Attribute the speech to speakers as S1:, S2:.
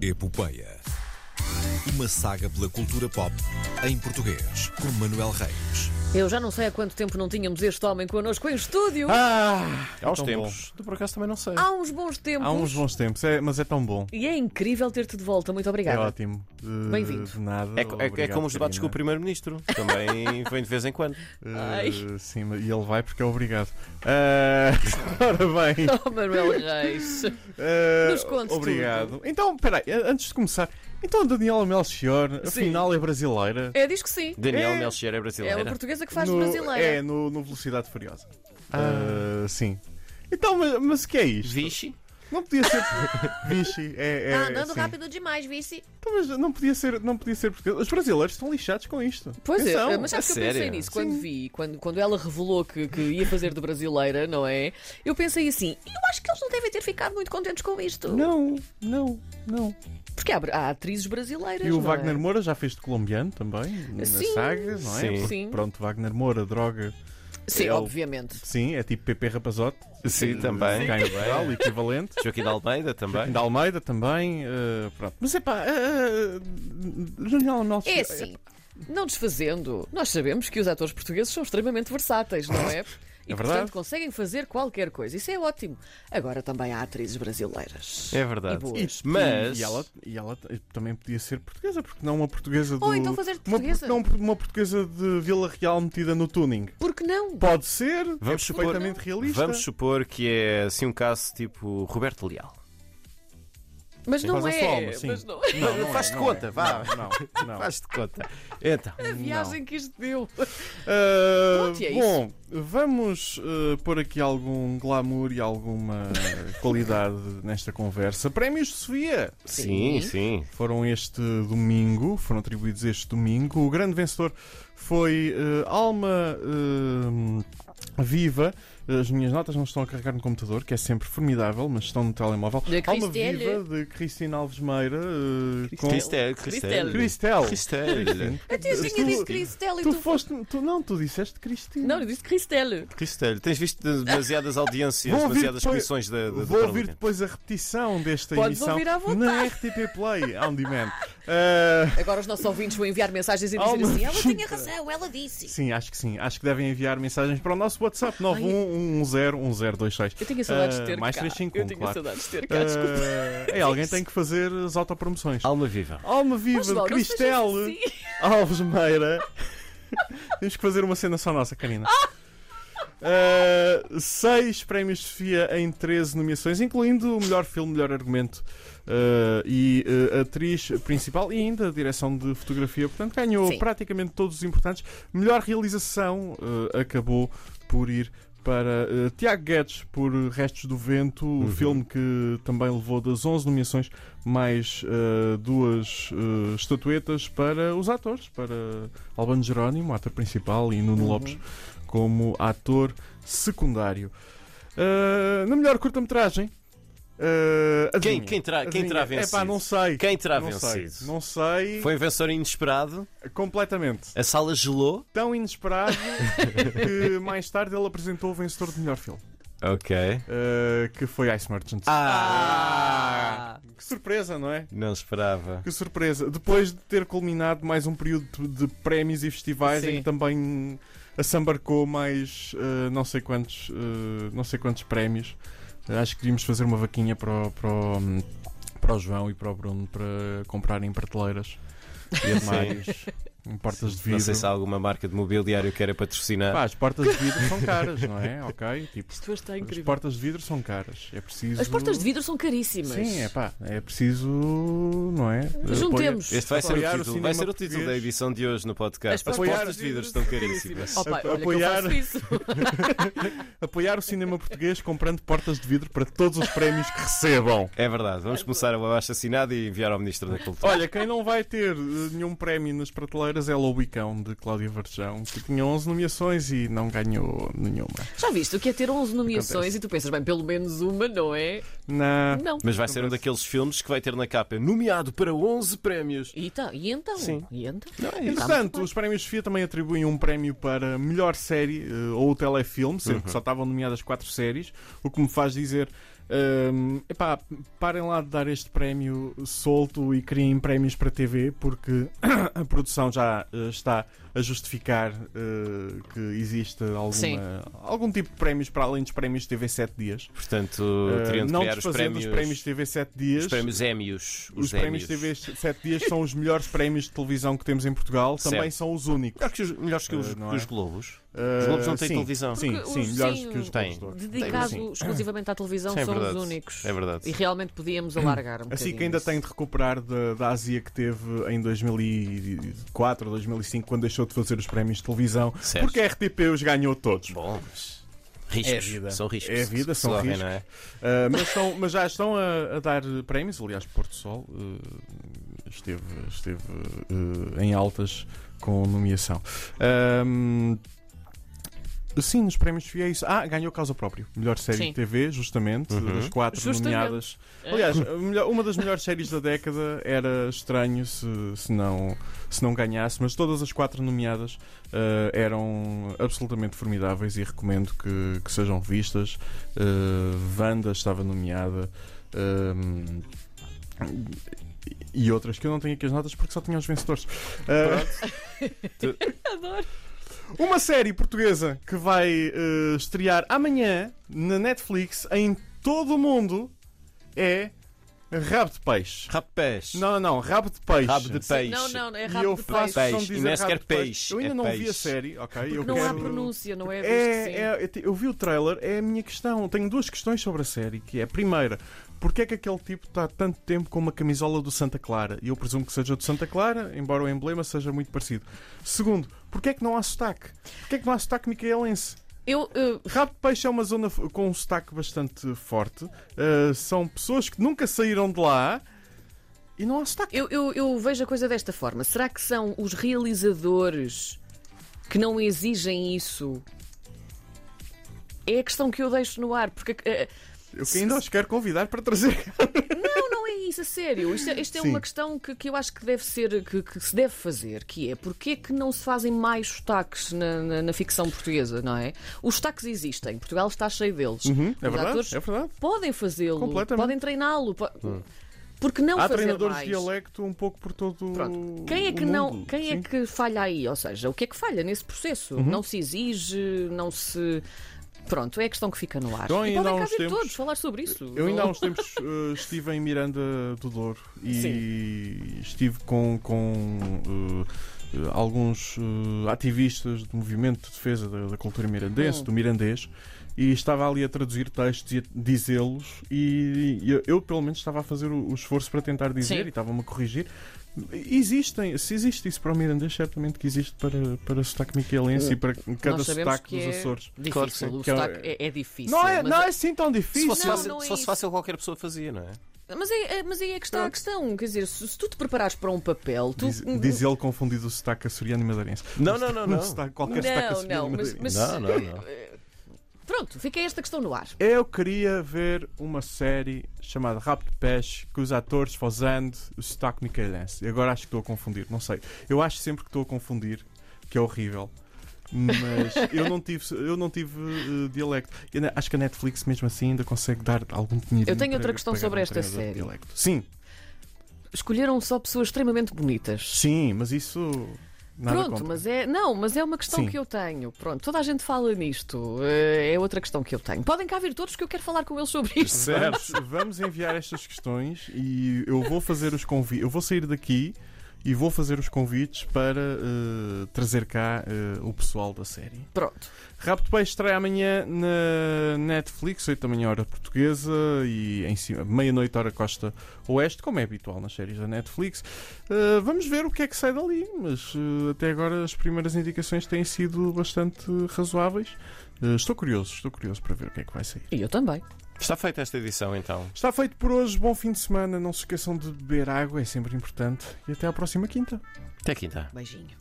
S1: Epopeia. Uma saga pela cultura pop em português, com Manuel Reis.
S2: Eu já não sei há quanto tempo não tínhamos este homem connosco em estúdio.
S3: Ah,
S4: Há uns
S3: tão
S4: tempos.
S3: bom. Tu por acaso também não sei.
S2: Há uns bons tempos.
S3: Há uns bons tempos, é- mas é tão bom.
S2: E é incrível ter-te de volta. Muito
S3: É
S2: obrigada.
S3: ótimo. De-
S2: Bem-vindo.
S3: De nada.
S4: É, co- é- é
S3: Obrigado,
S4: como os debates com o
S3: Karina.
S4: Primeiro-Ministro. Também vem de vez em quando.
S2: Ai.
S3: Eh, sim, mas- e ele vai porque é obrigado. Eh, ora bem.
S2: Oh, Manuel Reis.
S3: eh,
S2: Nos contes
S3: obrigado. Então, peraí, eh, antes de começar, então a Daniela Melchior,
S2: Sim.
S3: afinal, é brasileira.
S2: É, diz que sim.
S4: Daniel
S3: É.
S4: Melchior é
S2: É
S4: brasileira.
S2: uma portuguesa que faz
S3: no,
S2: brasileira. Tá Ah.
S3: É, no, no Velocidade Furiosa. Eh, sim. Então, mas, mas o que é isto?
S4: Vichy?
S3: Não podia ser. Vichy, é. é
S5: Tá andando
S3: sim.
S5: rápido demais, vice.
S3: Então, mas não podia ser, não podia ser porque os brasileiros estão lixados com isto.
S2: Pois
S3: Atenção.
S2: é, mas sabes
S4: a
S2: que eu pensei
S4: sério?
S2: nisso quando vi, quando, quando ela revelou que, que ia fazer de brasileira, não é? Eu pensei assim,
S5: Eu acho que eles não devem ter ficado muito contentes com isto.
S3: Não, não, não.
S2: porque há, há atrizes brasileiras.
S3: E o
S2: não é?
S3: Wagner Moura já fez de colombiano também, na
S2: Sim.
S3: saga, não é?
S4: Sim.
S3: Porque,
S2: Sim.
S3: Pronto, Wagner Moura, droga,
S2: Sim,
S3: ele-
S2: obviamente.
S3: sim, é tipo PP Rapazote.
S4: Sim,
S3: Eh,
S4: também.
S3: Cá em Portugal, equivalente.
S4: Joaquim de Almeida também.
S3: Da Almeida também, eh, pronto. Mas é pá, eh, Daniela Melchior.
S5: É assim.
S2: Não desfazendo, nós sabemos que os atores portugueses são extremamente versáteis, não é? E,
S3: É verdade.
S2: portanto, conseguem fazer qualquer coisa. Isso é ótimo. Agora também há atrizes brasileiras.
S4: É verdade.
S2: E boas.
S4: Mas-
S3: E ela, e ela t- também podia ser portuguesa, porque não uma portuguesa do.
S2: Ou então fazer de
S3: uma-
S2: portuguesa.
S3: não, uma portuguesa de Vila Real metida no tuning.
S2: Por que não?
S3: Pode ser,
S4: Vamos
S3: é
S4: supor-
S3: perfeitamente realista.
S4: Vamos supor que é assim um caso tipo Roberto Leal.
S2: Mas
S3: Sim,
S2: não
S3: faz a
S2: é.
S3: soma, sim.
S2: Mas não
S3: Não, não é,
S4: Faz de
S3: não
S4: conta,
S3: é.
S4: vá.
S3: Não, não.
S4: Faz de conta. Então,
S2: A viagem que isto deu.
S3: Ah,
S2: Pronto, e é
S3: bom, vamos ah, pôr aqui algum glamour e alguma qualidade nesta conversa. Prémios de Sofia
S4: sim, sim.
S3: foram este domingo, foram atribuídos este domingo. O grande vencedor foi ah, Alma ah, Viva. As minhas notas não estão a carregar no computador, que é sempre formidável, mas estão no telemóvel.
S2: De
S3: Alma
S2: Cristelle.
S3: Viva de Cristina Alves Meira ah, com
S4: Cristel.
S2: Cristel.
S3: Cristel.
S4: Cristel.
S2: Até eu tinha
S3: Tu-
S2: dito Cristel e
S3: Tu
S2: tu.
S3: foste, tu não, tu disseste Cristina.
S2: Não, eu disse Cristel.
S4: Cristel. Tens visto demasiadas audiências,
S3: Vou ouvir
S4: demasiadas
S3: depois-
S4: comissões da, da, do
S3: Vou ouvir
S4: Parlamento.
S3: depois a repetição desta
S2: Podes
S3: emissão
S2: ouvir à vontade.
S3: na RTP Play On Demand. Ah,
S2: Agora os nossos ouvintes vão enviar mensagens e dizer
S3: Alma-
S2: assim: ela tinha
S5: Tinha razão, ela disse.
S3: sim, acho que sim. Acho que devem enviar mensagens para o nosso WhatsApp 911101026.
S2: Eu tinha saudades de ter.
S3: Ah, mais
S2: cá.
S3: 351,
S2: Eu tinha
S3: claro.
S2: saudades de ter cá, desculpa.
S3: Ah, é, alguém tem que fazer as autopromoções.
S4: Alma viva.
S3: Alma viva
S2: Mas, Val,
S3: de
S2: não sejas
S3: Cristel
S2: assim.
S3: Alves Meira. Temos que fazer uma cena só nossa, Karina. Uh, seis prémios Sofia em 13 nomeações, incluindo o melhor filme, melhor argumento uh, e uh, atriz principal e ainda a direção de fotografia. Portanto, ganhou
S5: Sim.
S3: praticamente todos os importantes. Melhor realização uh, acabou por ir para uh, Tiago Guedes por Restos do Vento,
S4: Uhum.
S3: o filme que também levou das 11 nomeações mais uh, duas uh, estatuetas para os atores, para Albano Jerónimo, ator principal, e Nuno Lopes como ator secundário. Uh, na melhor curta-metragem. uh,
S4: Quem,
S3: adivinha.
S4: quem, terá, quem terá
S3: Adivinha.
S4: vencido?
S3: Epá, não sei.
S4: Quem terá
S3: não
S4: vencido?
S3: Sei. Não sei.
S4: Foi um vencedor inesperado.
S3: Completamente.
S4: A sala gelou.
S3: Tão inesperado que mais tarde ele apresentou o vencedor do melhor filme,
S4: Ok.
S3: uh, que foi Ice Merchant.
S4: Ah!
S3: Que surpresa, não é?
S4: Não esperava.
S3: Que surpresa. Depois de ter culminado mais um período de prémios e festivais
S2: Sim.
S3: em que também assambarcou mais eh, não, sei quantos, eh, não sei quantos prémios, eh, acho que devíamos fazer uma vaquinha para o, para, o, hum, para o João e para o Bruno para comprarem prateleiras e armários, em portas de
S4: Não sei
S3: vidro.
S4: se há alguma marca de mobiliário que era patrocinar.
S3: Pá, as portas de vidro são caras, não é? Ok? Tipo,
S2: Isto hoje está
S3: as
S2: incrível.
S3: portas de vidro são caras. É preciso.
S2: As portas de vidro são caríssimas.
S3: Sim, é pá, é preciso, não é? Apoia-
S2: Juntemos.
S4: Este vai ser,
S3: Apoiar
S4: o
S3: o
S4: título,
S3: cinema
S4: vai ser o título
S3: português.
S4: da edição de hoje no
S2: As
S4: podcast. As
S2: portas
S4: portas de vidro estão caríssimas.
S2: Oh, pai, olha que eu
S3: Apoiar-
S2: faço isso.
S3: apoiar o cinema português comprando portas de vidro para todos os prémios que recebam.
S4: É verdade, vamos começar o abaixo assinado e enviar ao Ministro da Cultura.
S3: Olha, quem não vai ter eh, nenhum prémio nas prateleiras é Lobicão, de Cláudia Varjão, que tinha 11 nomeações e não ganhou nenhuma.
S2: Já viste o que é ter 11 nomeações e tu pensas, bem, pelo menos uma, não é?
S3: Na...
S2: Não.
S4: Mas vai ser um daqueles filmes que vai ter na capa nomeado para 11 prémios.
S2: E, tá, e então?
S4: Sim.
S2: E então?
S3: Entretanto, os prémios FIA também atribuem um prémio para
S4: Uhum.
S3: melhor série eh, ou telefilme, sendo que só estavam nomeadas quatro séries, o que me faz dizer Hum, epá, parem lá de dar este prémio solto e criem prémios para TV, porque a produção já eh, está a justificar eh, que existe
S2: Sim.
S3: alguma, algum tipo de prémios para além dos prémios de TV 7 dias.
S4: Portanto,
S3: Eh,
S4: teriam de
S3: não
S4: criar os
S3: desfazendo
S4: prémios.
S3: os prémios de TV 7 dias.
S4: Os prémios émios.
S3: Os prémios de TV 7 dias são os melhores prémios de televisão que temos em Portugal, também
S4: Certo.
S3: são os únicos.
S4: Melhores que os, melhores que os,
S3: Eh, não
S4: que
S3: é?
S4: os Globos.
S3: Eh,
S4: Os Globos não têm
S3: sim,
S4: televisão.
S3: Sim,
S2: Porque
S3: sim,
S2: os-
S3: melhores
S2: sim,
S3: que os
S4: Têm.
S3: Globos.
S2: Dedicado
S3: Sim.
S2: exclusivamente à televisão,
S4: Sim, é
S2: são
S4: verdade.
S2: os únicos.
S4: É verdade.
S2: E realmente podíamos alargar um
S3: Assim
S2: bocadinho
S3: que ainda
S2: isso.
S3: tem de recuperar da, da Ásia que teve em 2004 ou 2005, quando deixou de fazer os prémios de televisão,
S4: Certo.
S3: porque a RTP os ganhou todos.
S4: Bom, mas.
S3: É a
S4: Riscos.
S3: vida.
S4: São riscos.
S3: É a vida,
S4: que se
S3: são
S4: correm,
S3: riscos.
S4: não é?
S3: Ah, mas, estão- mas já estão a, a dar prémios, aliás, Porto Sol eh, esteve, esteve eh, em altas com nomeação. Ahm, Sim, nos prémios FIA é isso. Ah, ganhou causa própria. Melhor série
S2: Sim.
S3: de TV, justamente,
S4: Uhum.
S3: das quatro
S2: Justamente.
S3: nomeadas. Aliás, a melhor- uma das melhores séries da década era estranho se, se não, se não ganhasse, mas todas as quatro nomeadas eh, eram absolutamente formidáveis e recomendo que, que sejam vistas. Eh, Wanda estava nomeada. ehm, e outras que eu não tenho aqui as notas porque só tinha os vencedores. Eh,
S2: Adoro.
S3: Uh, uma série portuguesa que vai eh, estrear amanhã na Netflix em todo o mundo é Rabo de Peixe.
S4: Rapaz.
S3: Não, não, não, Rabo de Peixe.
S4: Rabo de peixe.
S2: Não, não, é
S3: e eu
S2: rápido de peixe.
S3: faço
S4: Peixe.
S3: questão de
S4: E
S3: dizer
S4: não é
S3: Rabo
S4: sequer
S3: de peixe.
S4: peixe,
S3: Eu ainda
S4: é
S3: não vi a
S4: peixe.
S3: série, ok? eu
S2: Porque não há
S3: quero...
S2: pronúncia, não é? Visto que sim.
S3: É, é, eu vi o trailer, é a minha questão. Tenho duas questões sobre a série, que é a primeira, porque é que aquele tipo está há tanto tempo com uma camisola do Santa Clara? E eu presumo que seja do Santa Clara, embora o emblema seja muito parecido. Segundo, porque é que não há sotaque? Porque é que não há sotaque micaelense?
S2: Eu, eh,
S3: Rabo de Peixe é uma zona f- com um sotaque bastante forte. Uh, são pessoas que nunca saíram de lá e não há sotaque.
S2: eu, eu, eu vejo a coisa desta forma. Será que são os realizadores que não exigem isso? É a questão que eu deixo no ar, porque eh,
S3: Eu que ainda os quero convidar para trazer.
S2: Não, não é isso, a sério. Isto, é- isto é
S3: Sim.
S2: uma questão que, que eu acho que deve ser, que, que se deve fazer, que é porque é que não se fazem mais sotaques na, na- na ficção portuguesa, não é? Os sotaques existem, Portugal está cheio deles. Os
S3: É verdade,
S2: atores
S3: é verdade.
S2: podem fazê-lo,
S3: Completamente. Hum.
S2: podem treiná-lo. po- Porque não
S3: Há
S2: fazer
S3: treinadores
S2: mais?
S3: de dialecto um pouco por todo
S2: Pronto.
S3: o
S2: Quem é que
S3: o
S2: não,
S3: mundo.
S2: quem é
S3: Sim. Uhum.
S2: que falha aí? Ou seja, o que é que falha nesse processo? Não se exige, não se Pronto, é a questão que fica no ar.
S3: Então,
S2: e
S3: ainda há
S2: podem cá
S3: uns
S2: vir
S3: tempos-
S2: todos falar sobre isso.
S3: Eu ainda há
S2: Não-
S3: uns tempos eh, estive em Miranda do Douro e estive com, com, eh, eh, alguns eh, ativistas do movimento de defesa da, da cultura mirandense,
S2: Hum.
S3: do mirandês, e estava ali a traduzir textos e a dizê-los, e, e eu, eu, pelo menos estava a fazer o, o esforço para tentar dizer
S2: Sim.
S3: e estava-me a corrigir. Existem, se existe isso para o mirandês, certamente que existe para, para sotaque miquelense e para cada
S2: Hum. Nós sabemos
S3: sotaque
S2: que
S3: dos
S2: é
S3: Açores.
S2: Difícil.
S4: Claro que sim.
S2: O
S3: Que é-
S2: sotaque é, é difícil.
S3: Não é,
S2: mas,
S3: não é assim tão
S4: Se
S3: difícil.
S4: fosse,
S2: Não,
S4: fácil,
S2: não é
S4: se fosse
S2: isso.
S4: fácil, qualquer pessoa fazia, não é?
S2: mas é, mas aí é que está a questão. Quer dizer, se, se tu te preparas para um papel, tu.
S3: Diz, diz ele confundido o sotaque açoriano e madeirense.
S4: Não, não, não,
S3: Não,
S4: não.
S3: sotaque, qualquer sotaque
S2: Não,
S3: açoriano
S2: não,
S3: e
S2: mas.
S3: madeirense.
S2: mas-
S4: Não, não, não.
S2: Pronto, fica esta questão no ar.
S3: Eu queria ver uma série chamada Rap de Peixe que os atores fazendo o sotaque micaelense. E agora acho que estou a confundir, não sei. Eu acho sempre que estou a confundir, que é horrível. Mas eu não tive, eu não tive eh, dialecto. E na- acho que a Netflix, mesmo assim, ainda consegue dar algum dinheiro.
S2: Eu tenho outra questão sobre esta série.
S3: Sim,
S2: Escolheram só pessoas extremamente bonitas.
S3: sim, mas isso. Nada
S2: Pronto,
S3: contra.
S2: mas é. Não, mas é uma questão
S3: Sim.
S2: que eu tenho. Pronto, toda a gente fala nisto. Eh, É outra questão que eu tenho. Podem cá vir todos que eu quero falar com eles sobre isto.
S3: Vamos, vamos enviar estas questões e eu vou fazer os convites. Eu vou sair daqui e vou fazer os convites para eh, trazer cá eh, o pessoal da série.
S2: Pronto.
S3: Rapto Peixe estreia amanhã na Netflix, 8 da manhã, hora portuguesa, e em cima, meia-noite, hora costa oeste, como é habitual nas séries da Netflix. Eh, vamos ver o que é que sai dali, mas eh, até agora as primeiras indicações têm sido bastante razoáveis. Eh, estou curioso, estou curioso para ver o que é que vai sair.
S2: E eu também.
S4: Está feita esta edição, então.
S3: Está feito por hoje, bom fim de semana. Não se esqueçam de beber água, é sempre importante. E até à próxima quinta.
S4: Até então. quinta.
S2: Beijinho.